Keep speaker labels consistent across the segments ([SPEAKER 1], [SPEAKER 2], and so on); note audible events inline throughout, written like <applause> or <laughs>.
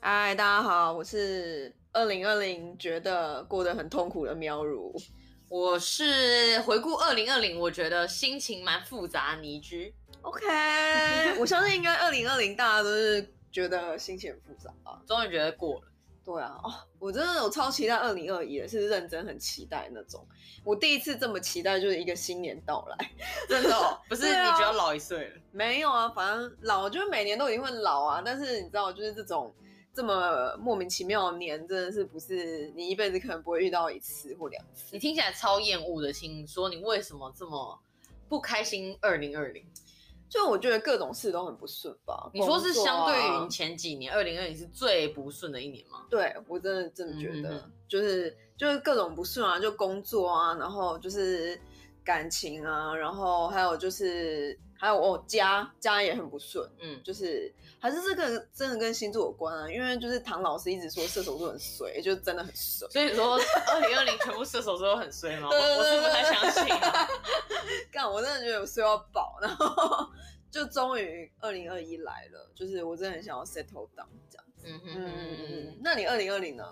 [SPEAKER 1] 嗨，大家好，我是二零二零觉得过得很痛苦的喵如。
[SPEAKER 2] 我是回顾二零二零，我觉得心情蛮复杂。倪居，
[SPEAKER 1] OK，我相信应该二零二零大家都是觉得心情很复杂吧？
[SPEAKER 2] 终于觉得过 <laughs> 了，
[SPEAKER 1] 对啊，哦，我真的我超期待二零二一的，是认真很期待那种。我第一次这么期待就是一个新年到来， <laughs>
[SPEAKER 2] 真的、哦、不是
[SPEAKER 1] 对
[SPEAKER 2] 你
[SPEAKER 1] 啊
[SPEAKER 2] 觉得老一岁了？
[SPEAKER 1] 没有啊，反正老就是每年都一定会老啊，但是你知道，就是这种这么莫名其妙的年，真的是不是你一辈子可能不会遇到一次或两次。
[SPEAKER 2] 你听起来超厌恶的，请说你为什么这么不开心？二零二零，
[SPEAKER 1] 就我觉得各种事都很不顺吧。
[SPEAKER 2] 你说是相对
[SPEAKER 1] 工作
[SPEAKER 2] 于
[SPEAKER 1] 啊
[SPEAKER 2] 你前几年，二零二零是最不顺的一年吗？
[SPEAKER 1] 对我真的真的觉得，
[SPEAKER 2] 嗯
[SPEAKER 1] 就是就是各种不顺啊，就工作啊，然后就是感情啊，然后还有就是还有我、哦、家家也很不顺，
[SPEAKER 2] 嗯，
[SPEAKER 1] 就是还是这个真的跟星座有关啊，因为就是唐老师一直说射手座很衰，就真的很衰。 <laughs>
[SPEAKER 2] 所以 <laughs> 说二零二零全部射手座都很衰吗？我
[SPEAKER 1] 对对
[SPEAKER 2] 我是不
[SPEAKER 1] 对
[SPEAKER 2] 太相信啊、
[SPEAKER 1] 干，我真的觉得我睡到饱，然后就终于二零二一来了，就是我真的很想要 settle down 这样。
[SPEAKER 2] <laughs> 嗯哼
[SPEAKER 1] 嗯
[SPEAKER 2] 嗯
[SPEAKER 1] 嗯
[SPEAKER 2] 嗯嗯
[SPEAKER 1] 嗯
[SPEAKER 2] 嗯
[SPEAKER 1] 嗯，。那你二零二零呢？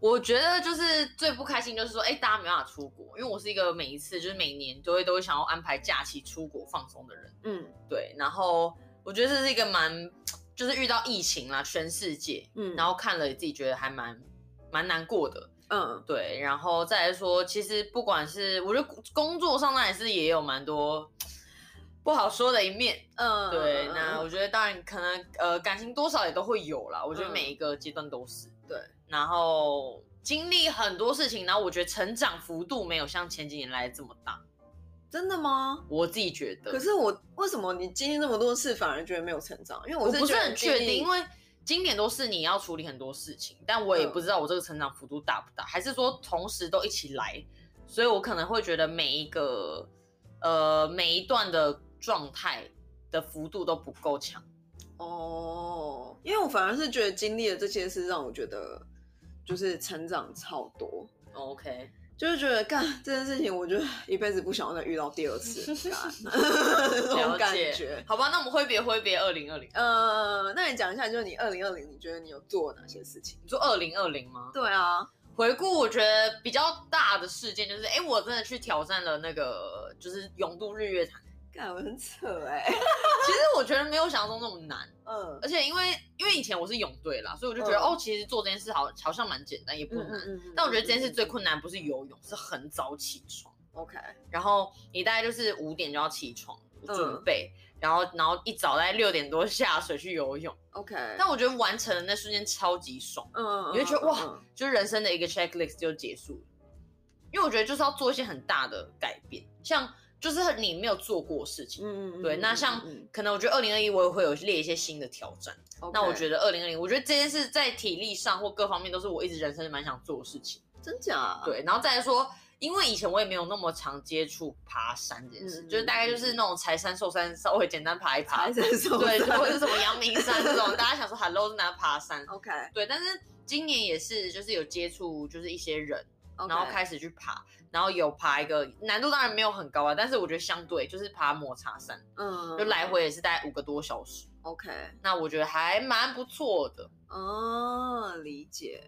[SPEAKER 2] 我觉得就是最不开心，就是说，哎、大家没办法出国，因为我是一个每一次就是每年都会都会想要安排假期出国放松的人，
[SPEAKER 1] 嗯
[SPEAKER 2] 对。然后我觉得这是一个蛮，就是遇到疫情啦，全世界，
[SPEAKER 1] 嗯
[SPEAKER 2] 然后看了自己觉得还蛮蛮难过的，
[SPEAKER 1] 嗯
[SPEAKER 2] 对。然后再来说，其实不管是我觉得工作上那也是也有蛮多不好说的一面，
[SPEAKER 1] 嗯，
[SPEAKER 2] 对，
[SPEAKER 1] 嗯
[SPEAKER 2] 那我觉得当然可能呃感情多少也都会有啦，我觉得
[SPEAKER 1] 嗯
[SPEAKER 2] 每一个阶段都是、
[SPEAKER 1] 对，
[SPEAKER 2] 然后经历很多事情，然后我觉得成长幅度没有像前几年来的这么大，
[SPEAKER 1] 真的吗？
[SPEAKER 2] 我自己觉得。
[SPEAKER 1] 可是我为什么你经历那么多次，反而觉得没有成长？因为
[SPEAKER 2] 我
[SPEAKER 1] 是
[SPEAKER 2] 不是
[SPEAKER 1] 觉得
[SPEAKER 2] 很
[SPEAKER 1] 你
[SPEAKER 2] 确
[SPEAKER 1] 经历
[SPEAKER 2] 定，因为今年都是你要处理很多事情，但我也
[SPEAKER 1] 嗯
[SPEAKER 2] 不知道我这个成长幅度大不大，还是说同时都一起来，所以我可能会觉得每一个呃每一段的状态的幅度都不够强。
[SPEAKER 1] 哦，因为我反而是觉得经历了这些事，让我觉得就是成长超多。
[SPEAKER 2] <laughs> OK，
[SPEAKER 1] 就是觉得干这件事情，我就一辈子不想要再遇到第二
[SPEAKER 2] <laughs>
[SPEAKER 1] 次，干那种
[SPEAKER 2] 了
[SPEAKER 1] 感
[SPEAKER 2] 解
[SPEAKER 1] 觉。
[SPEAKER 2] 好吧，那我们挥别挥别二零二零。
[SPEAKER 1] 呃，那你讲一下，就是你二零二零，你觉得你有做哪些事情？
[SPEAKER 2] 你说二零二零吗？
[SPEAKER 1] 对啊，
[SPEAKER 2] 回顾，我觉得比较大的事件就是，哎，我真的去挑战了那个就是永渡日月潭。
[SPEAKER 1] 干我很扯哎、
[SPEAKER 2] 其实我觉得没有想象中那么难， <laughs>
[SPEAKER 1] 嗯
[SPEAKER 2] 而且因为因为以前我是泳队啦，所以我就觉得、
[SPEAKER 1] 嗯
[SPEAKER 2] 哦，其实做这件事好好像蛮简单，也不
[SPEAKER 1] 嗯
[SPEAKER 2] 难。
[SPEAKER 1] 嗯嗯，嗯
[SPEAKER 2] 但我觉得这件事最困难不是游泳，是很早起床，
[SPEAKER 1] OK，
[SPEAKER 2] 然后你大概就是五点就要起床
[SPEAKER 1] 嗯
[SPEAKER 2] 准备，然后然后一早大概六点多下水去游泳。
[SPEAKER 1] OK，
[SPEAKER 2] 但我觉得完成的那瞬间超级爽。
[SPEAKER 1] 嗯嗯，
[SPEAKER 2] 你会觉得
[SPEAKER 1] 嗯
[SPEAKER 2] 哇，
[SPEAKER 1] 嗯
[SPEAKER 2] 就是人生的一个 checklist 就结束了。因为我觉得就是要做一些很大的改变，像就是你没有做过的事情。
[SPEAKER 1] 嗯嗯，嗯
[SPEAKER 2] 对，那像可能我觉得二零二一我也会有列一些新的挑战。那我觉
[SPEAKER 1] 得
[SPEAKER 2] 得二零二零，我觉得这件事在体力上或各方面都是我一直人生蛮想做的事情。
[SPEAKER 1] 真假，
[SPEAKER 2] 对，然后再来说，因为以前我也没有那么常接触爬山这件事，
[SPEAKER 1] 嗯
[SPEAKER 2] 就是大概就是那种柴山、寿山稍微简单爬一爬
[SPEAKER 1] 还， <laughs> 是什么
[SPEAKER 2] <laughs> 对，或者是什么阳明山这种，大家想说 hello 是哪爬山？
[SPEAKER 1] OK，
[SPEAKER 2] 对，但是今年也是就是有接触就是一些人。然后开始去爬，然后有爬一个难度，当然没有很高啊，但是我觉得相对就是爬抹茶山，
[SPEAKER 1] 嗯
[SPEAKER 2] 就来回也是大概五个多小时，
[SPEAKER 1] OK
[SPEAKER 2] 那我觉得还蛮不错的。
[SPEAKER 1] 哦，理解。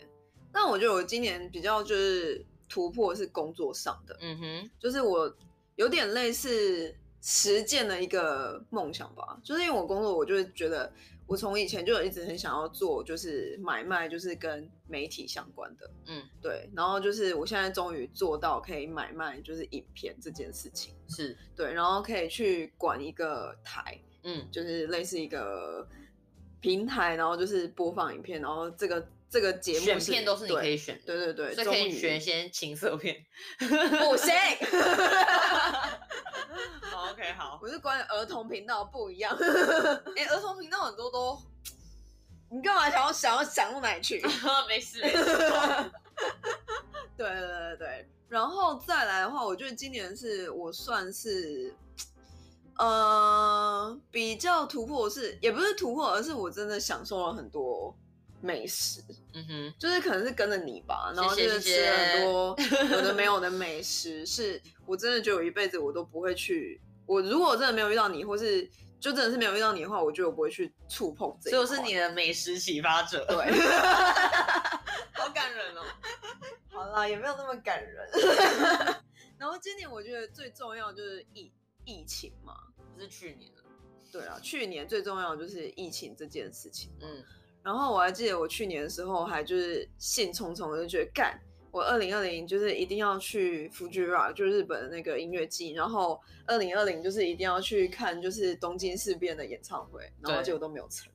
[SPEAKER 1] 那我觉得我今年比较就是突破是工作上的，
[SPEAKER 2] 嗯哼，
[SPEAKER 1] 就是我有点类似实践的一个梦想吧，就是因为我工作，我就会觉得我从以前就有一直很想要做，就是买卖，就是跟媒体相关的，
[SPEAKER 2] 嗯，
[SPEAKER 1] 对。然后就是我现在终于做到可以买卖，就是影片这件事情，
[SPEAKER 2] 是，
[SPEAKER 1] 对，然后可以去管一个台，
[SPEAKER 2] 嗯
[SPEAKER 1] 就是类似一个平台，然后就是播放影片，然后这个这个节目
[SPEAKER 2] 选片都是你可
[SPEAKER 1] 以。
[SPEAKER 2] 以选的，
[SPEAKER 1] 对对对，
[SPEAKER 2] 所以可
[SPEAKER 1] 终
[SPEAKER 2] 以
[SPEAKER 1] 于
[SPEAKER 2] 选一些情色片。
[SPEAKER 1] <laughs> 不行，
[SPEAKER 2] <laughs> 好 OK，好，
[SPEAKER 1] 我是关于儿童频道不一样。
[SPEAKER 2] <laughs>
[SPEAKER 1] <laughs>
[SPEAKER 2] 哎、儿童频道很多都
[SPEAKER 1] 你干嘛想要想要想到哪里去？
[SPEAKER 2] <laughs>
[SPEAKER 1] <laughs>
[SPEAKER 2] 没事没事，
[SPEAKER 1] 对对对对，然后再来的话，我觉得今年是我算是，呃，比较突破是，也不是突破，而是我真的享受了很多美食，
[SPEAKER 2] 嗯哼，
[SPEAKER 1] 就是可能是跟着你吧，然后就是
[SPEAKER 2] 谢谢
[SPEAKER 1] 吃了很
[SPEAKER 2] <laughs>
[SPEAKER 1] 多有的没有的美食，是我真的觉得我一辈子我都不会去，我如果真的没有遇到你，或是。就真的是没有遇到你的话，我觉得我不会去触碰这一
[SPEAKER 2] 所以
[SPEAKER 1] 块。
[SPEAKER 2] 我是你的美食启发者，
[SPEAKER 1] 对，
[SPEAKER 2] <laughs> 好感 <laughs> 人哦。
[SPEAKER 1] 好啦，也没有那么感人。 <laughs> 然后今年我觉得最重要就是疫疫情嘛，
[SPEAKER 2] 不是去年了，
[SPEAKER 1] 对啊，去年最重要的就是疫情这件事情。
[SPEAKER 2] 嗯，
[SPEAKER 1] 然后我还记得我去年的时候还就是兴冲冲的就觉得干，我二零二零就是一定要去 Fuji Rock，就是日本的那个音乐季，然后二零二零就是一定要去看就是东京事变的演唱会，然后
[SPEAKER 2] 对
[SPEAKER 1] 结果都没有成。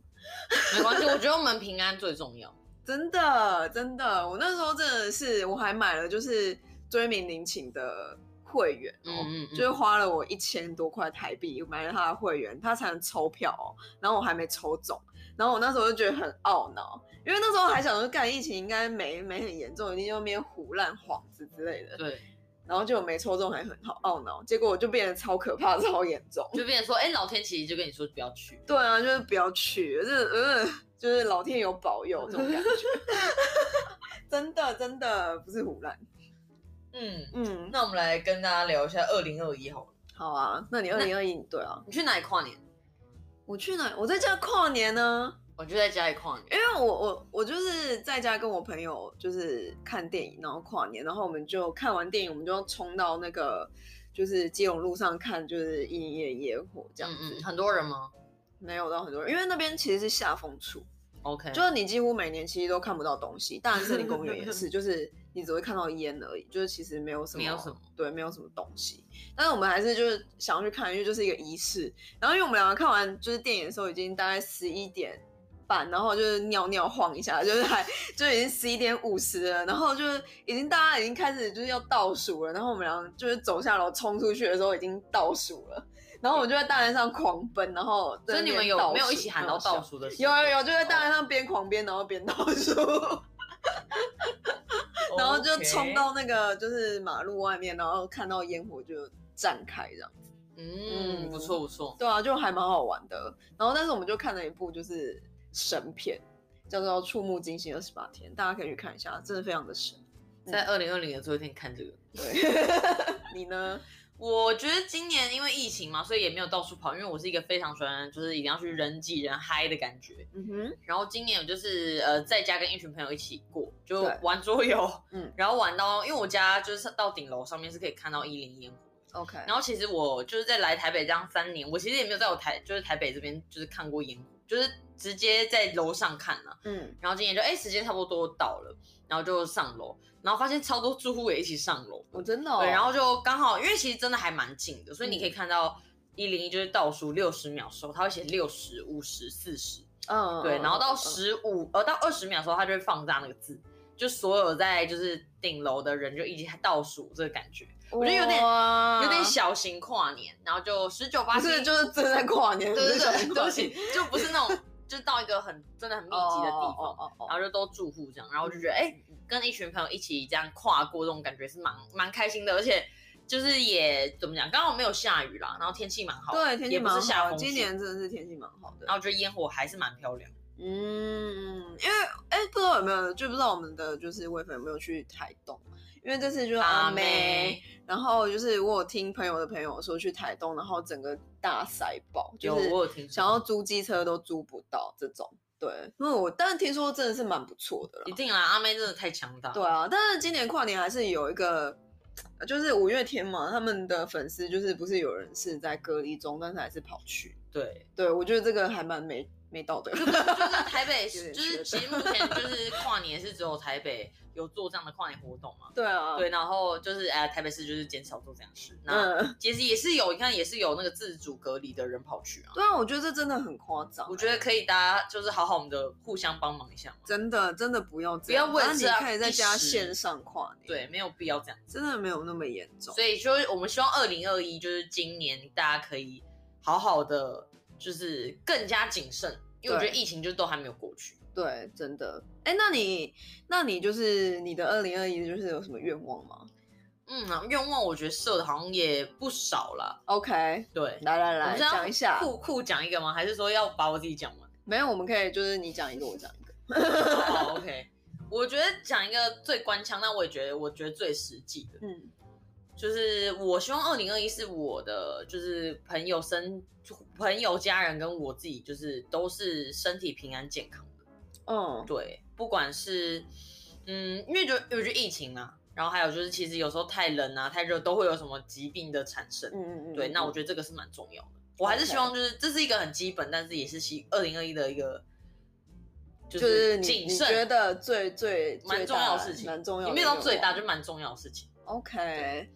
[SPEAKER 2] 没关系，我觉得我们平安最重要。
[SPEAKER 1] 真的真的，我那时候真的是我还买了就是追名林檎的会员哦。
[SPEAKER 2] 嗯嗯嗯，
[SPEAKER 1] 就是花了我一千多块台币买了他的会员，他才能抽票哦。然后我还没抽中，然后我那时候就觉得很懊恼，因为那时候还想说，干疫情应该没没很严重，一定就那边胡乱幌子之类的。
[SPEAKER 2] 对，
[SPEAKER 1] 然后就没抽中，还很好懊恼。结果我就变得超可怕、 <laughs> 超严重。
[SPEAKER 2] 就变成说，哎、老天其实就跟你说不要去，
[SPEAKER 1] 对啊，就是不要去，就是呃，就是老天有保佑这种 <laughs> 感觉。真的真的不是胡乱。
[SPEAKER 2] 嗯，
[SPEAKER 1] 嗯，
[SPEAKER 2] 那我们来跟大家聊一下二零二一好了。
[SPEAKER 1] 好啊，那你二零二一对啊，
[SPEAKER 2] 你去哪里跨年？
[SPEAKER 1] 我去哪？我在家跨年呢、
[SPEAKER 2] 我就在家里跨年。
[SPEAKER 1] 因为我我我就是在家跟我朋友就是看电影，然后跨年，然后我们就看完电影，我们就冲到那个就是基隆路上看就是一零一的烟火这样
[SPEAKER 2] 嗯
[SPEAKER 1] 子，
[SPEAKER 2] 嗯，很多人吗
[SPEAKER 1] 没有到很多人，因为那边其实是下风处，
[SPEAKER 2] ？OK，
[SPEAKER 1] 就是你几乎每年其实都看不到东西，大安森林公园也
[SPEAKER 2] <laughs>
[SPEAKER 1] 是，就是你只会看到烟而已，就是其实没有什么，
[SPEAKER 2] 没有什么
[SPEAKER 1] 对，没有什么东西。但是我们还是就是想要去看，因为就是一个仪式。然后因为我们两个看完就是电影的时候已经大概十一点半，然后就是尿尿晃一下，就是还就已经十一点五十了，然后就是已经大家已经开始就是要倒数了，然后我们两个就是走下楼冲出去的时候已经倒数了。然后我们就在大街上狂奔，然后在
[SPEAKER 2] 所以
[SPEAKER 1] 那
[SPEAKER 2] 你们
[SPEAKER 1] 边
[SPEAKER 2] 有
[SPEAKER 1] 倒
[SPEAKER 2] 没有
[SPEAKER 1] 数
[SPEAKER 2] 一起喊到
[SPEAKER 1] 很好笑
[SPEAKER 2] 倒数的时
[SPEAKER 1] 有
[SPEAKER 2] 候？
[SPEAKER 1] 有有，就在大街上边狂边，然后边倒数，
[SPEAKER 2] 哦
[SPEAKER 1] 然后就冲到那个就是马路外面，然后看到烟火就绽开这样。
[SPEAKER 2] 嗯，不错不错。
[SPEAKER 1] 对啊，就还蛮好玩的。然后但是我们就看了一部就是神片，叫做《触目惊心二十八天》，大家可以去看一下，真的非常的神。
[SPEAKER 2] 嗯在二零二零的最后一天看这个，
[SPEAKER 1] 对，你呢？
[SPEAKER 2] 我觉得今年因为疫情嘛，所以也没有到处跑，因为我是一个非常喜欢就是一定要去人挤人嗨的感觉。
[SPEAKER 1] 嗯哼，
[SPEAKER 2] 然后今年我就是呃在家跟一群朋友一起过，就
[SPEAKER 1] 对
[SPEAKER 2] 玩桌游，
[SPEAKER 1] 嗯
[SPEAKER 2] 嗯，然后玩到因为我家就是到顶楼上面是可以看到一零烟火。
[SPEAKER 1] ，OK，
[SPEAKER 2] 然后其实我就是在来台北这样三年，我其实也没有在我台就是台北这边就是看过烟火，就是直接在楼上看了、
[SPEAKER 1] 嗯，
[SPEAKER 2] 然后今年就哎、时间差不多到了，然后就上楼，然后发现超多住户也一起上楼，
[SPEAKER 1] 我真的、哦，
[SPEAKER 2] 对，然后就刚好因为其实真的还蛮近的，所以你
[SPEAKER 1] 嗯
[SPEAKER 2] 可以看到一零一就是倒数六十秒的时候，它会写六十、五十、四十，
[SPEAKER 1] 嗯，
[SPEAKER 2] 对，然后到
[SPEAKER 1] 嗯，
[SPEAKER 2] 十五呃到二十秒的时候，它就会放大那个字，就所有在就是顶楼的人就一起倒数这个感觉，
[SPEAKER 1] 我
[SPEAKER 2] 我觉得有点有点
[SPEAKER 1] 小，
[SPEAKER 2] 小型跨年，然后就十九八
[SPEAKER 1] 嗯不
[SPEAKER 2] 七，
[SPEAKER 1] 是就是正在跨年，
[SPEAKER 2] 对
[SPEAKER 1] 不
[SPEAKER 2] 对
[SPEAKER 1] 是
[SPEAKER 2] 对，
[SPEAKER 1] 想
[SPEAKER 2] 对
[SPEAKER 1] 跨
[SPEAKER 2] 不
[SPEAKER 1] 年
[SPEAKER 2] 起，就不是那种就到一个很真的很密集的地方，
[SPEAKER 1] 哦哦哦哦
[SPEAKER 2] 然后就都住户这样，然后我就
[SPEAKER 1] 嗯
[SPEAKER 2] 觉得哎、跟一群朋友一起这样跨过，这种感觉是蛮蛮开心的，而且就是也怎么讲，刚好没有下雨啦，然后天气蛮好，
[SPEAKER 1] 对，天气
[SPEAKER 2] 也不
[SPEAKER 1] 蛮
[SPEAKER 2] 是下
[SPEAKER 1] 好，
[SPEAKER 2] 风
[SPEAKER 1] 今
[SPEAKER 2] 速
[SPEAKER 1] 年真的是天气蛮好的
[SPEAKER 2] 然。后觉得烟火还是蛮漂亮。
[SPEAKER 1] 嗯，因为哎、不知道有没有，就不知道我们的就是魏粉有没有去台东，因为这次就是阿妹，，然后就是我有听朋友的朋友说去台东，然后整个大塞爆，
[SPEAKER 2] 有
[SPEAKER 1] 就是
[SPEAKER 2] 我有听
[SPEAKER 1] 想
[SPEAKER 2] 说，
[SPEAKER 1] 要租机车都租不到这种。对，因为我但听说真的是蛮不错的啦
[SPEAKER 2] 一。定啦，阿妹真的太强大，
[SPEAKER 1] 对，啊，但是今年跨年还是有一个，呃就是五月天嘛，他们的粉丝就是不是有人是在隔离中，但是还是跑去。 <laughs>
[SPEAKER 2] 对，
[SPEAKER 1] 对，我觉得这个还蛮没没道德。
[SPEAKER 2] 就是台北，
[SPEAKER 1] 有点
[SPEAKER 2] 就是
[SPEAKER 1] 缺
[SPEAKER 2] 其实目前就是跨年是只有台北有做这样的跨年活动嘛，
[SPEAKER 1] 对啊，
[SPEAKER 2] 对，然后就是哎、台北市就是减少做这样的事，那
[SPEAKER 1] 嗯，
[SPEAKER 2] 其实也是有，你看也是有那个自主隔离的人跑去啊。
[SPEAKER 1] 对啊，我觉得这真的很夸张欸、
[SPEAKER 2] 我觉得可以，大家就是好好我们的互相帮忙一下嘛。
[SPEAKER 1] 真的真的不要这
[SPEAKER 2] 不要
[SPEAKER 1] 样，
[SPEAKER 2] 为
[SPEAKER 1] 反正
[SPEAKER 2] 这
[SPEAKER 1] 你可以在
[SPEAKER 2] 一
[SPEAKER 1] 家
[SPEAKER 2] 时
[SPEAKER 1] 线上跨年，，
[SPEAKER 2] 对，没有必要这样子。
[SPEAKER 1] 真的没有那么严重。
[SPEAKER 2] 所以说，我们希望二零二一就是今年大家可以好好的，就是更加谨慎，因为我觉得
[SPEAKER 1] 对
[SPEAKER 2] 疫情就都还没有过去。
[SPEAKER 1] 对，真的。哎，那你那你就是你的二零二一就是有什么愿望吗
[SPEAKER 2] 嗯、啊，愿望我觉得设的好像也不少啦。
[SPEAKER 1] ？OK，
[SPEAKER 2] 对，
[SPEAKER 1] 来来
[SPEAKER 2] 我
[SPEAKER 1] 来，
[SPEAKER 2] 们是要
[SPEAKER 1] 讲一下。
[SPEAKER 2] 酷酷讲一个吗？还是说要把我自
[SPEAKER 1] <laughs>
[SPEAKER 2] 己讲完？
[SPEAKER 1] 没有，我们可以就是你讲一个，我讲一个。
[SPEAKER 2] 好，OK。我觉得讲一个最官腔，但我也觉得我觉得最实际的，
[SPEAKER 1] 嗯，
[SPEAKER 2] 就是我希望二零二一是我的，就是朋友身、朋友、家人跟我自己，就是都是身体平安健康的。
[SPEAKER 1] 嗯，
[SPEAKER 2] 对，不管是嗯，因为就因为就疫情嘛，然后还有就是其实有时候太冷啊、太热都会有什么疾病的产生。
[SPEAKER 1] 嗯嗯嗯，
[SPEAKER 2] 对，那我觉得这个是蛮重要的。我还是希望就是这是一个很基本，但是也是希二零二一的一个就
[SPEAKER 1] 就是你
[SPEAKER 2] 谨
[SPEAKER 1] 你
[SPEAKER 2] 慎，
[SPEAKER 1] 觉得最最
[SPEAKER 2] 蛮
[SPEAKER 1] 最
[SPEAKER 2] 重要的
[SPEAKER 1] 大
[SPEAKER 2] 事情
[SPEAKER 1] 蛮重要
[SPEAKER 2] 也
[SPEAKER 1] 的
[SPEAKER 2] 没
[SPEAKER 1] 愿
[SPEAKER 2] 有
[SPEAKER 1] 望，
[SPEAKER 2] 到最大，就蛮重要的事情。
[SPEAKER 1] OK，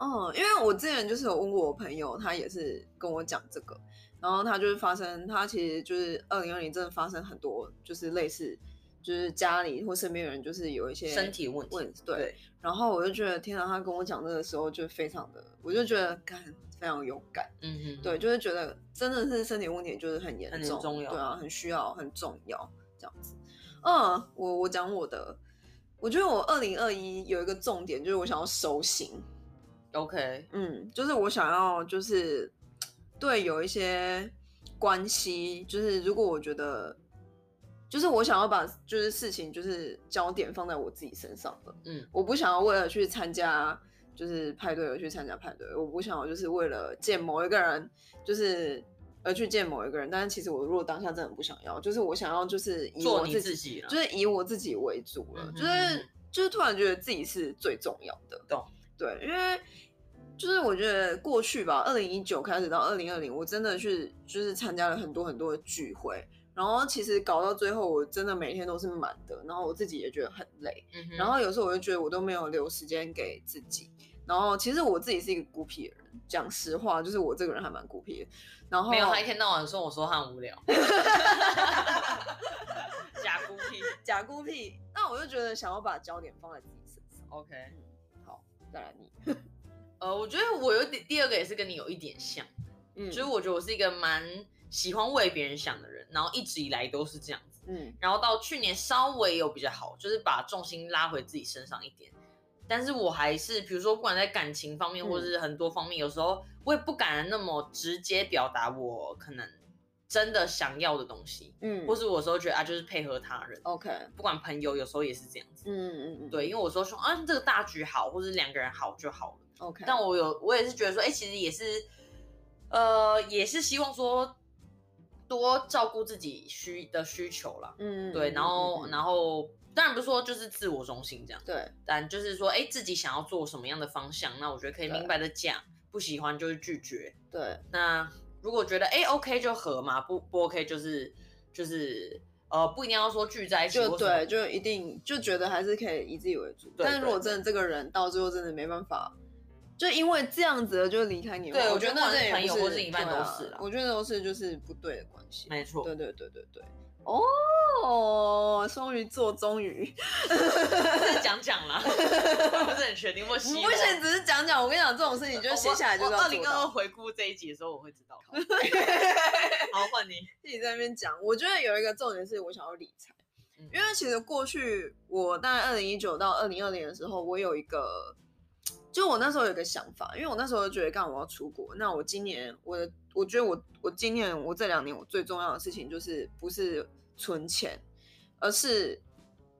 [SPEAKER 1] 嗯，因为我之前就是有问过我朋友，他也是跟我讲这个，然后他就是发生，他其实就是二零二零真的发生很多，就是类似，就是家里或身边人就是有一些
[SPEAKER 2] 身体问题
[SPEAKER 1] 问对，
[SPEAKER 2] 对
[SPEAKER 1] 然后我就觉得天啊，他跟我讲这个时候就非常的，我就觉得感非常有感，
[SPEAKER 2] 嗯哼，
[SPEAKER 1] 对，就是觉得真的是身体问题就是很严
[SPEAKER 2] 很
[SPEAKER 1] 重，
[SPEAKER 2] 重要
[SPEAKER 1] 对啊，很需要，很重要这样子。嗯，我我讲我的，我觉得我二零二一有一个重点就是我想要收心，
[SPEAKER 2] ，OK，
[SPEAKER 1] 嗯，就是我想要就是对有一些关系，就是如果我觉得。就是我想要把就是事情就是焦点放在我自己身上的，
[SPEAKER 2] 嗯，
[SPEAKER 1] 我不想要为了去参加就是派对而去参加派对，我不想要就是为了见某一个人就是而去见某一个人，但是其实我如果当下真的不想要，就是我想要就是以
[SPEAKER 2] 做
[SPEAKER 1] 我
[SPEAKER 2] 你
[SPEAKER 1] 自
[SPEAKER 2] 自己啦
[SPEAKER 1] 就是以我自己为主了，
[SPEAKER 2] 嗯哼
[SPEAKER 1] 就是就是突然觉得自己是最重要的，
[SPEAKER 2] 懂？
[SPEAKER 1] 对，因为。就是我觉得过去吧，二零一九开始到二零二零，我真的是就是参加了很多很多的聚会，然后其实搞到最后，我真的每天都是满的，然后我自己也觉得很累，
[SPEAKER 2] 嗯哼，
[SPEAKER 1] 然后有时候我就觉得我都没有留时间给自己。然后其实我自己是一个孤僻的人，讲实话，就是我这个人还蛮孤僻的。然后
[SPEAKER 2] 没有，他一天到晚说我说他很
[SPEAKER 1] <laughs>
[SPEAKER 2] 无聊， <laughs> 假孤僻
[SPEAKER 1] 假孤僻，那我就觉得想要把焦点放在自己身上。
[SPEAKER 2] ，OK，
[SPEAKER 1] 嗯好，再来你，
[SPEAKER 2] 呃，我觉得我有点第二个也是跟你有一点像，
[SPEAKER 1] 嗯
[SPEAKER 2] 就是我觉得我是一个蛮喜欢为别人想的人，然后一直以来都是这样子。
[SPEAKER 1] 嗯
[SPEAKER 2] 然后到去年稍微有比较好，就是把重心拉回自己身上一点。但是我还是，比如说不管在感情方面，
[SPEAKER 1] 嗯
[SPEAKER 2] 或是很多方面，有时候我也不敢那么直接表达我可能真的想要的东西，
[SPEAKER 1] 嗯，
[SPEAKER 2] 或是我有时候觉得啊，就是配合他人，
[SPEAKER 1] OK，
[SPEAKER 2] 不管朋友有时候也是这样子。
[SPEAKER 1] 嗯嗯嗯，
[SPEAKER 2] 对，因为我说说啊，这个大局好，或是两个人好就好了。
[SPEAKER 1] ，OK，
[SPEAKER 2] 但我有，我也是觉得说，哎、其实也是，呃，也是希望说多照顾自己需的需求啦。
[SPEAKER 1] 嗯
[SPEAKER 2] 对，然后
[SPEAKER 1] 后
[SPEAKER 2] 然后当然不是说就是自我中心这样，
[SPEAKER 1] 对，
[SPEAKER 2] 但就是说，哎，自己想要做什么样的方向，那我觉得可以
[SPEAKER 1] 对
[SPEAKER 2] 明白的讲，不喜欢就是拒绝。
[SPEAKER 1] 对
[SPEAKER 2] 那如果觉得哎 OK 就合嘛，不不 OK 就是就是呃不一定要说聚在一起
[SPEAKER 1] 就
[SPEAKER 2] 或什么，
[SPEAKER 1] 对，就一定就觉得还是可以以自己为主。
[SPEAKER 2] 对
[SPEAKER 1] 但如果
[SPEAKER 2] 对
[SPEAKER 1] 真的这个人到最后真的没办法，就因为这样子的就离开你的话，
[SPEAKER 2] 对
[SPEAKER 1] 我
[SPEAKER 2] 我觉得
[SPEAKER 1] 那
[SPEAKER 2] 不管
[SPEAKER 1] 这
[SPEAKER 2] 是
[SPEAKER 1] 也
[SPEAKER 2] 朋友
[SPEAKER 1] 不
[SPEAKER 2] 或
[SPEAKER 1] 是
[SPEAKER 2] 是一半
[SPEAKER 1] 对
[SPEAKER 2] 都
[SPEAKER 1] 啊
[SPEAKER 2] 是啦
[SPEAKER 1] 我觉得都是就是不对的关系。
[SPEAKER 2] 没错，
[SPEAKER 1] 对对对对对，哦，双鱼座终于，
[SPEAKER 2] 就是讲讲啦，我不是很确定，
[SPEAKER 1] <laughs>
[SPEAKER 2] 我
[SPEAKER 1] 我
[SPEAKER 2] 希
[SPEAKER 1] 们
[SPEAKER 2] 望哦
[SPEAKER 1] 不行，只是讲讲。我跟你讲，这种事情就是写下来就是要
[SPEAKER 2] 二
[SPEAKER 1] 做
[SPEAKER 2] 零
[SPEAKER 1] 到
[SPEAKER 2] 二二回顾这一集的时候，我会知
[SPEAKER 1] <laughs>
[SPEAKER 2] 道。好，换你。
[SPEAKER 1] 自己在那边讲，我觉得有一个重点是我想要理财，
[SPEAKER 2] 嗯
[SPEAKER 1] 因为其实过去我大概二零一九到二零二零的时候，我有一个，就我那时候有一个想法，因为我那时候就觉得，干我要出国，那我今年我的，我觉得我我今年我这两年我最重要的事情就是不是存钱，而是。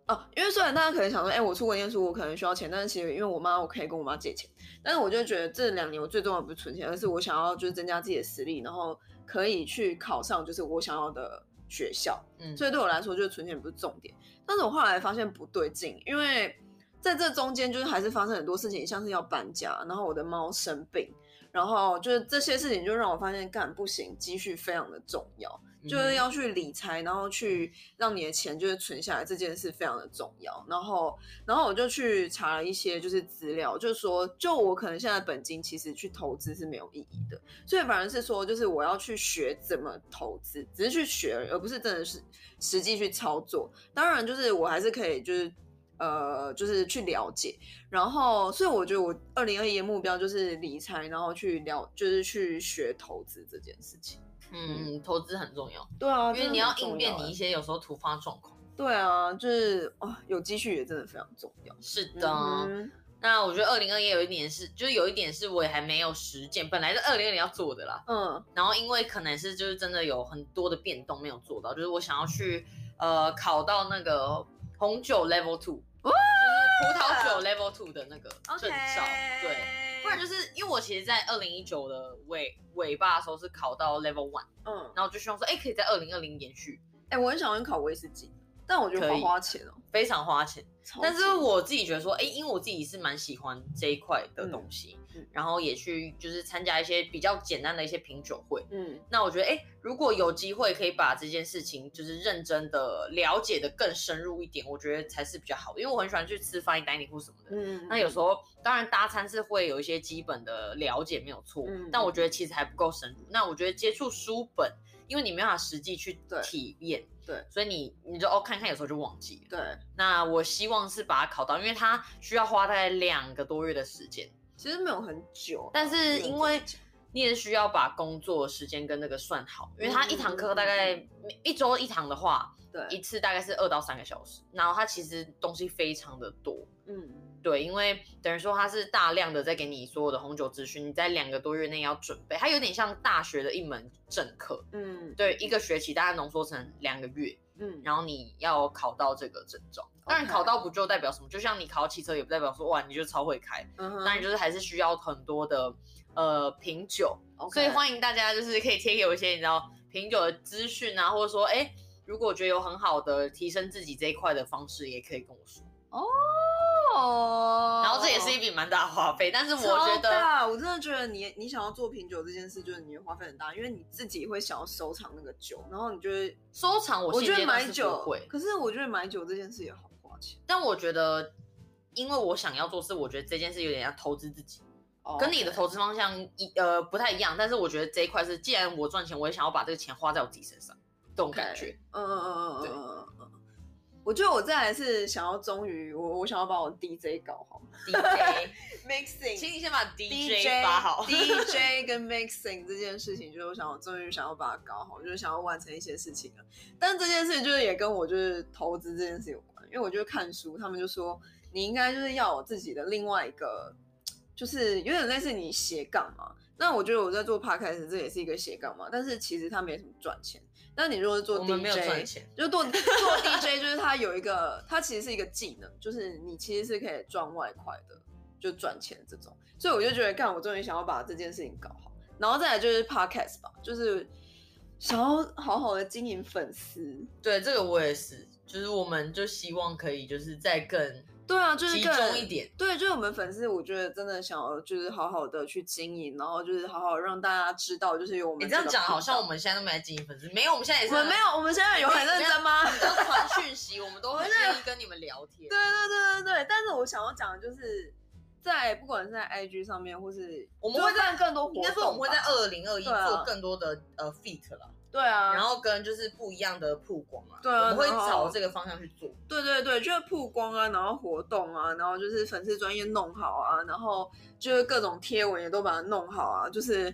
[SPEAKER 1] 哦，因为虽然大家可能想说，哎、我出国念书，我可能需要钱，但是其实因为我妈，我可以跟我妈借钱。但是我就觉得这两年我最重要的不是存钱，而是我想要就是增加自己的实力，然后可以去考上就是我想要的学校。
[SPEAKER 2] 嗯，
[SPEAKER 1] 所以对我来说，就是存钱不是重点。但是我后来发现不对劲，因为在这中间就是还是发生很多事情，像是要搬家，然后我的猫生病，然后就是这些事情就让我发现，干不行，积蓄非常的重要。
[SPEAKER 2] 嗯
[SPEAKER 1] 就是要去理财，然后去让你的钱就是存下来，这件事非常的重要。然后，然后我就去查了一些就是资料，就是说，就我可能现在本金其实去投资是没有意义的，所以反而是说，就是我要去学怎么投资，只是去学而已，而不是真的是实际去操作。当然，就是我还是可以就是。呃，就是去了解，然后，所以我觉得我二零二一的目标就是理财，然后去了，就是去学投资这件事情。
[SPEAKER 2] 嗯，投资很重要，
[SPEAKER 1] 对啊，
[SPEAKER 2] 因为你要应变
[SPEAKER 1] 你
[SPEAKER 2] 你一些有时候突发状况。
[SPEAKER 1] 对啊，就是哦，有积蓄也真的非常重要。
[SPEAKER 2] 是的，
[SPEAKER 1] 嗯哼，
[SPEAKER 2] 那我觉得二零二一有一点是，就是有一点是我也还没有实践，本来是二零二零要做的啦，
[SPEAKER 1] 嗯
[SPEAKER 2] 然后因为可能是就是真的有很多的变动没有做到，就是我想要去呃考到那个红酒 Level Two，就是葡萄酒 Level Two 的那个证照，对，不然就是因为我其实，在二零一九的尾尾巴的时候是考到 level one，
[SPEAKER 1] 嗯，
[SPEAKER 2] 然后我就希望说，哎、可以在二零二零延续，
[SPEAKER 1] 哎、我很想考威士忌，但我觉得
[SPEAKER 2] 可
[SPEAKER 1] 好
[SPEAKER 2] 以
[SPEAKER 1] 花钱哦、
[SPEAKER 2] 非常花钱。
[SPEAKER 1] 超
[SPEAKER 2] 但是
[SPEAKER 1] 级
[SPEAKER 2] 我自己觉得说，哎、因为我自己是蛮喜欢这一块的东西，
[SPEAKER 1] 嗯嗯
[SPEAKER 2] 然后也去就是参加一些比较简单的一些品酒会。
[SPEAKER 1] 嗯，
[SPEAKER 2] 那我觉得，哎、如果有机会可以把这件事情就是认真的了解的更深入一点，我觉得才是比较好的。因为我很喜欢去吃 fine dining 或什么的。
[SPEAKER 1] 嗯，
[SPEAKER 2] 那有时候当然搭餐是会有一些基本的了解，没有错。
[SPEAKER 1] 嗯
[SPEAKER 2] 但我觉得其实还不够深入。那我觉得接触书本，因为你没办法实际去
[SPEAKER 1] 对
[SPEAKER 2] 体验，
[SPEAKER 1] 对
[SPEAKER 2] 所以你你就哦看看，有时候就忘记了。
[SPEAKER 1] 对，
[SPEAKER 2] 那我希望是把它考到，因为它需要花大概两个多月的时间，
[SPEAKER 1] 其实没有很久啊，
[SPEAKER 2] 但是
[SPEAKER 1] 认
[SPEAKER 2] 因
[SPEAKER 1] 真
[SPEAKER 2] 为
[SPEAKER 1] 讲
[SPEAKER 2] 你也需要把工作时间跟那个算好，因为它一堂课大概一周一堂的话，一
[SPEAKER 1] 对，
[SPEAKER 2] 次大概是二到三个小时，然后它其实东西非常的多。
[SPEAKER 1] 嗯
[SPEAKER 2] 对，因为等于说它是大量的在给你所有的红酒资讯，你在两个多月内要准备，它有点像大学的一门正课，
[SPEAKER 1] 嗯
[SPEAKER 2] 对，一个学期大概浓缩成两个月，
[SPEAKER 1] 嗯，
[SPEAKER 2] 然后你要考到这个证照。当然，
[SPEAKER 1] OK
[SPEAKER 2] 考到不就代表什么？就像你考到汽车，也不代表说哇你就超会开。
[SPEAKER 1] 当
[SPEAKER 2] 当然，就是还是需要很多的呃品酒，所以欢迎大家就是可以贴给我一些你知道品酒的资讯啊，或者说哎、诶如果觉得有很好的提升自己这一块的方式，也可以跟我说。
[SPEAKER 1] 哦，
[SPEAKER 2] 然后这也是一笔蛮大的花费，但是我觉
[SPEAKER 1] 超
[SPEAKER 2] 得
[SPEAKER 1] 大，我真的觉得你你想要做品酒这件事，就是你会花费很大，因为你自己会想要收藏那个酒，然后你就会，
[SPEAKER 2] 收藏我
[SPEAKER 1] 我
[SPEAKER 2] 现
[SPEAKER 1] 觉
[SPEAKER 2] 阶
[SPEAKER 1] 得
[SPEAKER 2] 段
[SPEAKER 1] 买
[SPEAKER 2] 是不
[SPEAKER 1] 酒
[SPEAKER 2] 会，，
[SPEAKER 1] 可是我觉得买酒这件事也好花钱，
[SPEAKER 2] 但我觉得因为我想要做事，我觉得这件事有点像投资自己。
[SPEAKER 1] 哦
[SPEAKER 2] 跟你的投资方向一呃不太一样，但是我觉得这一块是，既然我赚钱，我也想要把这个钱花在我自己身上，这种感觉。
[SPEAKER 1] 嗯嗯嗯嗯嗯嗯嗯嗯，我觉得我再来是想要终于我我想要把我 DJ 搞好
[SPEAKER 2] DJ，
[SPEAKER 1] <laughs> ，mixing
[SPEAKER 2] 请你先把
[SPEAKER 1] DJ
[SPEAKER 2] DJ
[SPEAKER 1] <laughs>
[SPEAKER 2] 发好。
[SPEAKER 1] DJ 跟 mixing 这件事情，就是我想我终于想要把它搞好，就是想要完成一些事情了。但这件事情就是也跟我就是投资这件事有关，因为我就是看书，他们就说你应该就是要有自己的另外一个，就是有点类似你斜杠嘛。那我觉得我在做 podcast 这也是一个斜杠嘛，但是其实它没什么赚钱。但你如果是做
[SPEAKER 2] 我
[SPEAKER 1] DJ，
[SPEAKER 2] 们没有赚钱，
[SPEAKER 1] 就做做 DJ，就是 <laughs> 它有一个，它其实是一个技能，就是你其实是可以赚外快的，就赚钱这种。所以我就觉得，干，我终于想要把这件事情搞好。然后再来就是 podcast 吧，就是想要好好的经营粉丝。
[SPEAKER 2] 对这个我也是，就是我们就希望可以就是再更
[SPEAKER 1] 对啊，就是
[SPEAKER 2] 集
[SPEAKER 1] 更
[SPEAKER 2] 中一点。
[SPEAKER 1] 对，就是我们粉丝，我觉得真的想要就是好好的去经营，然后就是好好让大家知道，就是有我们
[SPEAKER 2] 你这样
[SPEAKER 1] 个
[SPEAKER 2] 讲
[SPEAKER 1] 频
[SPEAKER 2] 好像
[SPEAKER 1] 道
[SPEAKER 2] 我们现在都没在经营粉丝，没有，我们现在也
[SPEAKER 1] 我
[SPEAKER 2] 是
[SPEAKER 1] 们没有，我们现在有很认真吗？
[SPEAKER 2] 你要传讯息，我们都会愿意跟你们聊天。
[SPEAKER 1] 对对对对对，但是我想要讲的就是，在不管是在 IG 上面，或是
[SPEAKER 2] 我们
[SPEAKER 1] 就
[SPEAKER 2] 会在
[SPEAKER 1] 办更多活动
[SPEAKER 2] 应
[SPEAKER 1] 吧，
[SPEAKER 2] 该说我们会在二零二一
[SPEAKER 1] 对啊
[SPEAKER 2] 做更多的呃 feat 了。
[SPEAKER 1] 对啊，
[SPEAKER 2] 然后跟就是不一样的曝光啊，
[SPEAKER 1] 对啊
[SPEAKER 2] 我们会
[SPEAKER 1] 然后
[SPEAKER 2] 朝这个方向去做。
[SPEAKER 1] 对对对，就是曝光啊，然后活动啊，然后就是粉丝专业弄好啊，然后就是各种贴文也都把它弄好啊，就是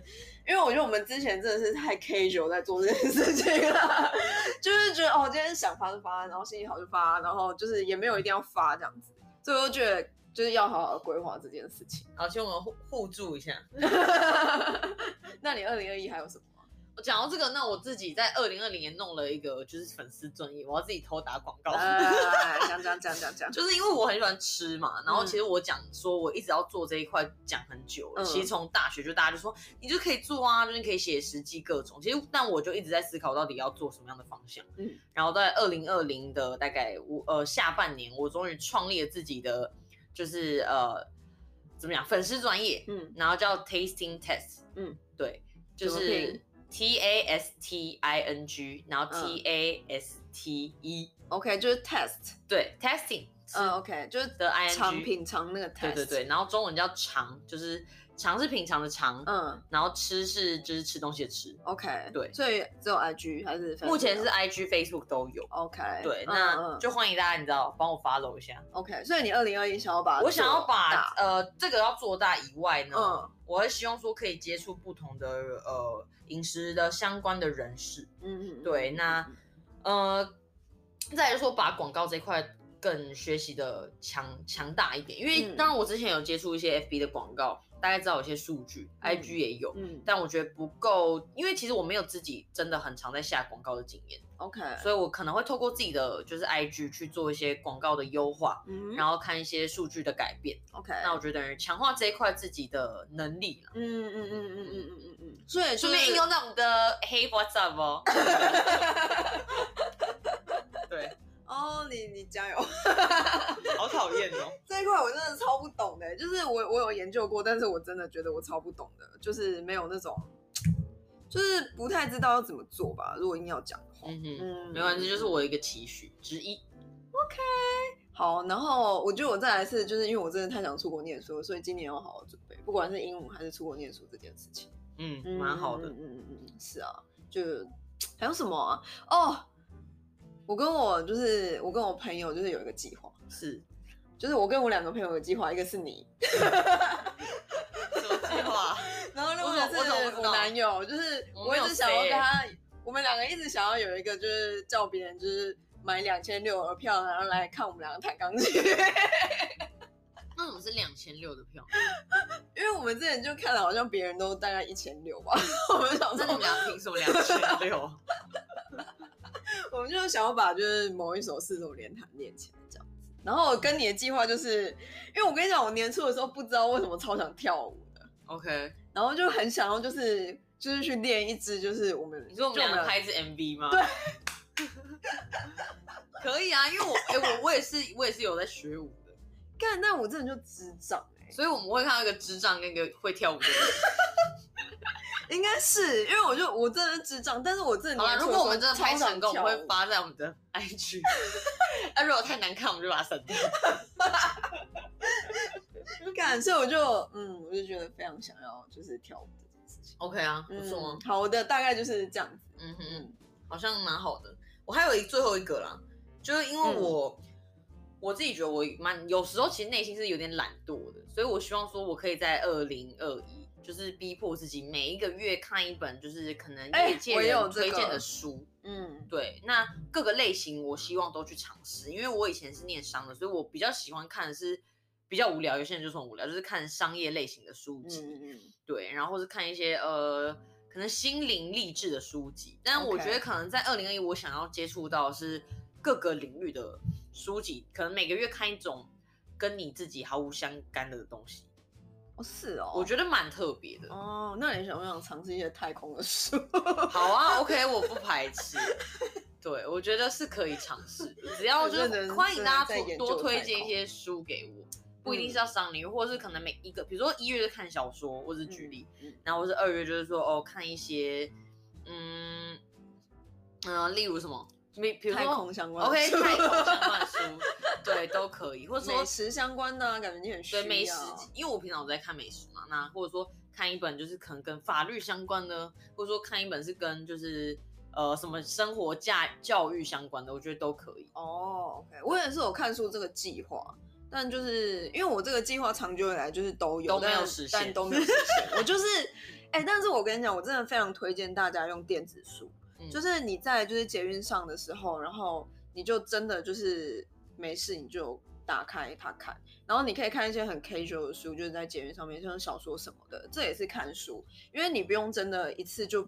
[SPEAKER 1] 因为我觉得我们之前真的是太 casual 在做这件事情了， <laughs> 就是觉得哦，今天想发就发，然后心情好就发，然后就是也没有一定要发这样子，所以我就觉得就是要好好地规划这件事情。
[SPEAKER 2] 好，请我们互互助一下。
[SPEAKER 1] 那你二零二一还有什么？
[SPEAKER 2] 我讲到这个，那我自己在二零二零年弄了一个就是粉丝专业，我要自己偷打广 <laughs> 告，
[SPEAKER 1] 哎，讲讲讲讲
[SPEAKER 2] <laughs>
[SPEAKER 1] 讲，
[SPEAKER 2] 就是因为我很喜欢吃嘛。然后其实我讲说我一直要做这一块，讲很久了。
[SPEAKER 1] 嗯
[SPEAKER 2] 其实从大学就大家就说你就可以做啊，就是你可以写实际各种。其实但我就一直在思考到底要做什么样的方向。
[SPEAKER 1] 嗯
[SPEAKER 2] 然后在二零二零的大概我呃下半年，我终于创立了自己的就是呃怎么讲粉丝专业，
[SPEAKER 1] 嗯
[SPEAKER 2] 然后叫 Tasting Test，
[SPEAKER 1] 嗯，
[SPEAKER 2] 对，就
[SPEAKER 1] 怎么拼
[SPEAKER 2] 是 T A S T I N G，然后
[SPEAKER 1] 嗯
[SPEAKER 2] T A S T E，、
[SPEAKER 1] ，OK，就是 test，
[SPEAKER 2] 对，Testing 是
[SPEAKER 1] 嗯，OK，就是
[SPEAKER 2] 的 I N G，
[SPEAKER 1] 尝品尝那个 test，
[SPEAKER 2] 对对对，，然后中文叫尝，就是尝是品尝的尝，
[SPEAKER 1] 嗯
[SPEAKER 2] 然后吃是就是吃东西的吃，
[SPEAKER 1] ，OK，
[SPEAKER 2] 对
[SPEAKER 1] 所以只有 IG 还是 Facebook
[SPEAKER 2] 目前是 I G、Facebook 都有。
[SPEAKER 1] OK，
[SPEAKER 2] 对，
[SPEAKER 1] 嗯
[SPEAKER 2] 那
[SPEAKER 1] 嗯
[SPEAKER 2] 就欢迎大家，你知道，帮我 follow 一下。
[SPEAKER 1] OK，所以你二零二一想要把
[SPEAKER 2] 我想要
[SPEAKER 1] 做
[SPEAKER 2] 把
[SPEAKER 1] 大
[SPEAKER 2] 呃这个要做大以外呢，
[SPEAKER 1] 嗯
[SPEAKER 2] 我会希望说可以接触不同的呃饮食的相关的人士，
[SPEAKER 1] 嗯嗯嗯
[SPEAKER 2] 对那呃，再来说把广告这块更学习的强强大一点。因为
[SPEAKER 1] 嗯
[SPEAKER 2] 当然我之前有接触一些 FB 的广告，大概知道有些数据
[SPEAKER 1] 嗯
[SPEAKER 2] ，IG 也有，
[SPEAKER 1] 嗯
[SPEAKER 2] 但我觉得不够，因为其实我没有自己真的很常在下广告的经验，
[SPEAKER 1] ，OK，
[SPEAKER 2] 所以我可能会透过自己的就是 IG 去做一些广告的优化，
[SPEAKER 1] 嗯
[SPEAKER 2] 然后看一些数据的改变。
[SPEAKER 1] ，OK，
[SPEAKER 2] 那我觉得等于强化这一块自己的能力啦
[SPEAKER 1] 嗯嗯嗯嗯嗯嗯嗯嗯嗯，所以就
[SPEAKER 2] 顺便
[SPEAKER 1] 是
[SPEAKER 2] 应用在我们的 Hey What's Up 哦。 <laughs> 对，
[SPEAKER 1] 哦，你你加油。
[SPEAKER 2] <laughs> 好讨厌哦。
[SPEAKER 1] 这一块我真的超不懂的、欸就是我我有研究过，但是我真的觉得我超不懂的，就是没有那种，就是不太知道要怎么做吧。如果硬要讲的话，
[SPEAKER 2] 嗯哼，
[SPEAKER 1] 嗯，
[SPEAKER 2] 没关系，就是我一个期许之一。
[SPEAKER 1] 好。然后我觉得我再来是，就是因为我真的太想出国念书了，所以今年要好好准备，不管是英文还是出国念书这件事情，
[SPEAKER 2] 嗯，蛮好的
[SPEAKER 1] 嗯。嗯嗯嗯，是啊，就还有什么啊？哦，我跟我就是我跟我朋友就是有一个计划，
[SPEAKER 2] 是
[SPEAKER 1] 就是我跟我两个朋友的计划，一个是你，
[SPEAKER 2] 什么计划？
[SPEAKER 1] 然后另外
[SPEAKER 2] 我
[SPEAKER 1] 是
[SPEAKER 2] 怎么我怎么不知道
[SPEAKER 1] 男友，就是
[SPEAKER 2] 我
[SPEAKER 1] 我
[SPEAKER 2] 没
[SPEAKER 1] 一
[SPEAKER 2] 有
[SPEAKER 1] 直想要
[SPEAKER 2] say
[SPEAKER 1] 跟他，我们两个一直想要有一个，就是叫别人就是买两千六的票，然后来看我们两个弹钢琴，
[SPEAKER 2] <laughs>
[SPEAKER 1] <laughs>
[SPEAKER 2] 那我们是两千六的 <laughs> 票，
[SPEAKER 1] 因为我们之前就看了，好像别人都大概一千六吧， <laughs> 我们想
[SPEAKER 2] 那你
[SPEAKER 1] 说
[SPEAKER 2] 们，俩凭什么两千六？
[SPEAKER 1] 我们就想要把就是某一首四手联弹练起来这样子。然后我跟你的计划就是，因为我跟你讲，我年初的时候不知道为什么超想跳舞的，
[SPEAKER 2] <laughs> OK，
[SPEAKER 1] 然后就很想要就是就是去练一支，就是我们
[SPEAKER 2] 你说我们
[SPEAKER 1] 就
[SPEAKER 2] 俩拍一支 MV 吗？对， <laughs> 可以啊，因为我哎、我我也是我也是有在学舞的，
[SPEAKER 1] 干，那我真的就智障哎、
[SPEAKER 2] 所以我们会看到一个智障跟一个会跳舞的人。
[SPEAKER 1] 应该是因为我就我真的是智障，但是我真的
[SPEAKER 2] 好了，
[SPEAKER 1] 年
[SPEAKER 2] 如
[SPEAKER 1] 初
[SPEAKER 2] 果我们真的
[SPEAKER 1] 时候
[SPEAKER 2] 拍
[SPEAKER 1] 超
[SPEAKER 2] 成
[SPEAKER 1] 想
[SPEAKER 2] 功，我们
[SPEAKER 1] 跳
[SPEAKER 2] 会
[SPEAKER 1] 舞，
[SPEAKER 2] 发在我们的 <laughs> IG。那、如果太难看，我们就把它删掉。
[SPEAKER 1] 感所以我就嗯，我就觉得非常想要就是跳舞这件事情。
[SPEAKER 2] OK 啊，不
[SPEAKER 1] 嗯
[SPEAKER 2] 错啊，
[SPEAKER 1] 好我的大概就是这样子。
[SPEAKER 2] 嗯哼
[SPEAKER 1] 嗯
[SPEAKER 2] 好像蛮好的。我还有一最后一个啦，就是因为我、
[SPEAKER 1] 嗯
[SPEAKER 2] 我自己觉得我蛮有时候其实内心是有点懒惰的，所以我希望说我可以在二零二一，就是逼迫自己每一个月看一本，就是可能
[SPEAKER 1] 哎
[SPEAKER 2] 业界
[SPEAKER 1] 我也有
[SPEAKER 2] 人
[SPEAKER 1] 这
[SPEAKER 2] 推荐
[SPEAKER 1] 个
[SPEAKER 2] 的书。
[SPEAKER 1] 嗯
[SPEAKER 2] 对，那各个类型我希望都去尝试，因为我以前是念商的，所以我比较喜欢看的是比较无聊，有些人就说很无聊，就是看商业类型的书
[SPEAKER 1] 嗯
[SPEAKER 2] 籍。
[SPEAKER 1] 嗯嗯，
[SPEAKER 2] 对，然后是看一些呃，可能心灵励志的书籍。但我觉
[SPEAKER 1] OK
[SPEAKER 2] 得可能在二零二一，我想要接触到的是各个领域的书籍，可能每个月看一种跟你自己毫无相干的东西，
[SPEAKER 1] 哦是哦，
[SPEAKER 2] 我觉得蛮特别的。
[SPEAKER 1] 哦，那你想不想尝试一些太空的书？<laughs>
[SPEAKER 2] 好啊，OK，我不排斥。对，我觉得是可以尝试，只要就
[SPEAKER 1] 很认
[SPEAKER 2] 是
[SPEAKER 1] 真
[SPEAKER 2] 欢迎大
[SPEAKER 1] 真的在
[SPEAKER 2] 家
[SPEAKER 1] 研
[SPEAKER 2] 多
[SPEAKER 1] 究嗯
[SPEAKER 2] 推
[SPEAKER 1] 太
[SPEAKER 2] 荐一
[SPEAKER 1] 空
[SPEAKER 2] 些书给我，不一定是要商领域，或者是可能每一个，比如说一月就看小说，或是举例，
[SPEAKER 1] 嗯
[SPEAKER 2] 然后或是二月就是说哦看一些，嗯嗯、呃例如什么，比比如说
[SPEAKER 1] <laughs> 太空相关的
[SPEAKER 2] OK
[SPEAKER 1] 书
[SPEAKER 2] 太空相关的书，对都可以，或者说
[SPEAKER 1] 美食相关的啊，感觉你很需要
[SPEAKER 2] 对美食，因为我平常我在看美食嘛，那或者说看一本就是可能跟法律相关的，或者说看一本是跟就是呃什么生活教教育相关的，我觉得都可以。
[SPEAKER 1] 哦，OK，我也是有看书这个计划，但就是因为我这个计划长久以来就是都有，
[SPEAKER 2] 都没有
[SPEAKER 1] 但
[SPEAKER 2] 实现
[SPEAKER 1] 但都没有实现。我就是， <laughs> 哎、但是我跟你讲，我真的非常推荐大家用电子书，
[SPEAKER 2] 嗯
[SPEAKER 1] 就是你在就是捷运上的时候，然后你就真的就是没事你就打开它看，然后你可以看一些很 casual 的书，就是在捷运上面，像小说什么的，这也是看书，因为你不用真的一次就。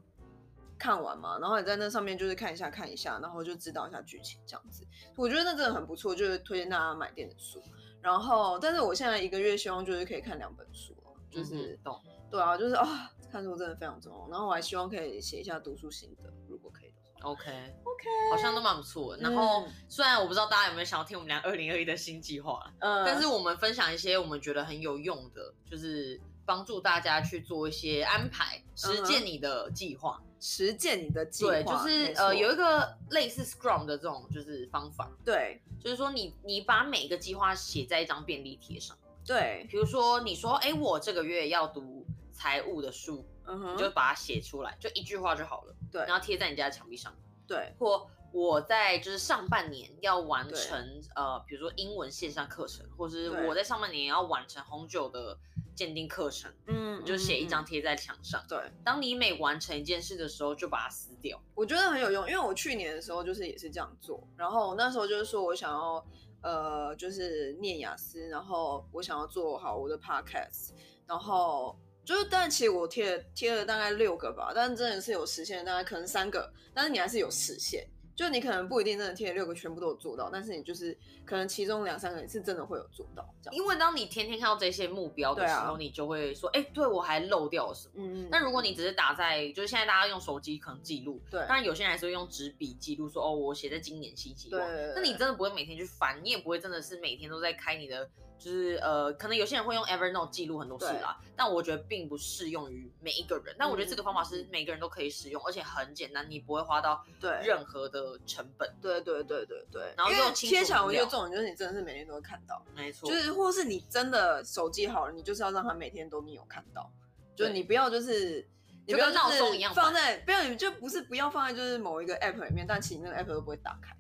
[SPEAKER 1] 看完嘛，然后你在那上面就是看一下看一下，然后就知道一下剧情这样子。我觉得那真的很不错，就是推荐大家买电子书。然后，但是我现在一个月希望就是可以看两本书啊，就
[SPEAKER 2] 就是是、懂，
[SPEAKER 1] 对啊，就是啊、看书真的非常重要。然后我还希望可以写一下读书心得，如果可以的话。
[SPEAKER 2] OK OK，好像都蛮不错的。然后、虽然我不知道大家有没有想要听我们俩二零二一的新计划，
[SPEAKER 1] 呃
[SPEAKER 2] 但是我们分享一些我们觉得很有用的，就是帮助大家去做一些安排，实践你的计划。
[SPEAKER 1] 实践你的嗯计划，
[SPEAKER 2] 对，就是
[SPEAKER 1] 没错
[SPEAKER 2] 呃有一个类似 Scrum 的这种就是方法。
[SPEAKER 1] 对
[SPEAKER 2] 就是说你你把每个计划写在一张便利贴上，
[SPEAKER 1] 对，
[SPEAKER 2] 比如说你说，哎，我这个月要读财务的书，
[SPEAKER 1] 嗯
[SPEAKER 2] 你就
[SPEAKER 1] 哼，
[SPEAKER 2] 把它写出来，就一句话就好了，
[SPEAKER 1] 对
[SPEAKER 2] 然后贴在你家的墙壁上，
[SPEAKER 1] 对
[SPEAKER 2] 或。我在就是上半年要完
[SPEAKER 1] 对
[SPEAKER 2] 成呃，比如说英文线上课程，或是
[SPEAKER 1] 对
[SPEAKER 2] 我在上半年要完成红酒的鉴定课程，
[SPEAKER 1] 嗯
[SPEAKER 2] 你就写一张
[SPEAKER 1] 嗯
[SPEAKER 2] 贴在墙上。
[SPEAKER 1] 对，
[SPEAKER 2] 当你每完成一件事的时候，就把它撕掉。
[SPEAKER 1] 我觉得很有用，因为我去年的时候就是也是这样做，然后那时候就是说我想要呃就是念雅思，然后我想要做好我的 podcast，然后就是但其实我贴了贴了大概六个吧，但真的是有实现，大概可能三个，但是你还是有实现，就你可能不一定真的贴了六个全部都有做到，但是你就是可能其中两三个你是真的会有做到这样，
[SPEAKER 2] 因为当你天天看到这些目标的
[SPEAKER 1] 对
[SPEAKER 2] 时
[SPEAKER 1] 啊
[SPEAKER 2] 候，你就会说，哎、对我还漏掉了什么。
[SPEAKER 1] 嗯
[SPEAKER 2] 那如果你只是打在，就是现在大家用手机可能记录，
[SPEAKER 1] 对
[SPEAKER 2] 当然有些人还是会用纸笔记录说，哦，我写在今年新希
[SPEAKER 1] 对
[SPEAKER 2] 望。，那你真的不会每天去翻，你也不会真的是每天都在开你的，就是呃，可能有些人会用 Evernote 记录很多事啦，但我觉得并不适用于每一个人。但我觉得这个方法
[SPEAKER 1] 嗯
[SPEAKER 2] 是每个人都可以使用，而且很简单，你不会花到
[SPEAKER 1] 对
[SPEAKER 2] 任何的成本。
[SPEAKER 1] 对对对对对，
[SPEAKER 2] 然后
[SPEAKER 1] 因
[SPEAKER 2] 又
[SPEAKER 1] 为
[SPEAKER 2] 清
[SPEAKER 1] 贴
[SPEAKER 2] 楚
[SPEAKER 1] 墙，
[SPEAKER 2] 明
[SPEAKER 1] 我觉得
[SPEAKER 2] 了
[SPEAKER 1] 这种就是你真的是每天都会看到。
[SPEAKER 2] 没错，
[SPEAKER 1] 就是或是你真的手机好了，你就是要让他每天都你有看到，就是
[SPEAKER 2] 对
[SPEAKER 1] 你不要就是。你不要
[SPEAKER 2] 就跟
[SPEAKER 1] 是
[SPEAKER 2] 闹钟一样
[SPEAKER 1] 放在不要，你就不是不要放在就是某一个 app 里面，但其实那个 app 都不会打开。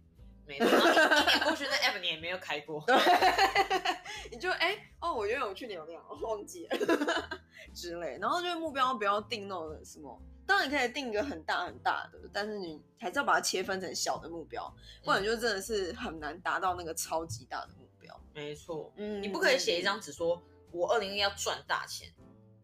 [SPEAKER 2] 没错。然后一一年过去，那 app 你也没有开过。
[SPEAKER 1] 你就哎、哦，我原来我去年有那样，我忘记了 <laughs> 之类。然后就是目标不要定那种什么，当然你可以定一个很大很大的，但是你还是要把它切分成小的目标，不
[SPEAKER 2] 嗯
[SPEAKER 1] 然你就真的是很难达到那个超级大的目标。
[SPEAKER 2] 没错，
[SPEAKER 1] 嗯
[SPEAKER 2] 你不可以写一张纸说我二零一要赚大钱，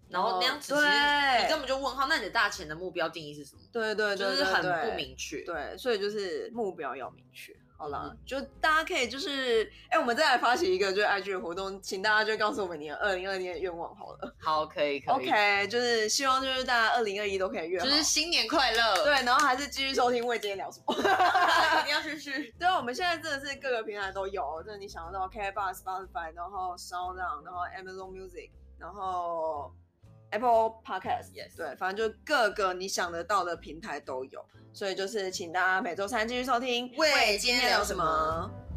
[SPEAKER 2] 然后那样子其实
[SPEAKER 1] 哦对
[SPEAKER 2] 你根本就问号。那你的大钱的目标定义是什么？
[SPEAKER 1] 嗯对对对，
[SPEAKER 2] 就是很
[SPEAKER 1] 对对
[SPEAKER 2] 不明确。
[SPEAKER 1] 对，所以就是目标要明确。好
[SPEAKER 2] 嗯
[SPEAKER 1] 啦，就大家可以就是，哎、我们再来发起一个就是 IG 的活动，请大家就告诉我们你的二零二年的愿望好了。
[SPEAKER 2] 好，可以，可以。
[SPEAKER 1] OK，就是希望就是大家二零二一都可以越好。
[SPEAKER 2] 就是新年快乐，
[SPEAKER 1] 对，，然后还是继续收听《未今天聊什么》。
[SPEAKER 2] 一定要去去。
[SPEAKER 1] 对，啊我们现在真的是各个平台都有，就是你想得到 k b o x Spotify，然后 Sound，然后 Amazon Music，然后 Apple Podcast，、
[SPEAKER 2] Yes
[SPEAKER 1] 对，反正就各个你想得到的平台都有，所以就是请大家每周三继续收听。
[SPEAKER 2] 喂今天聊什么？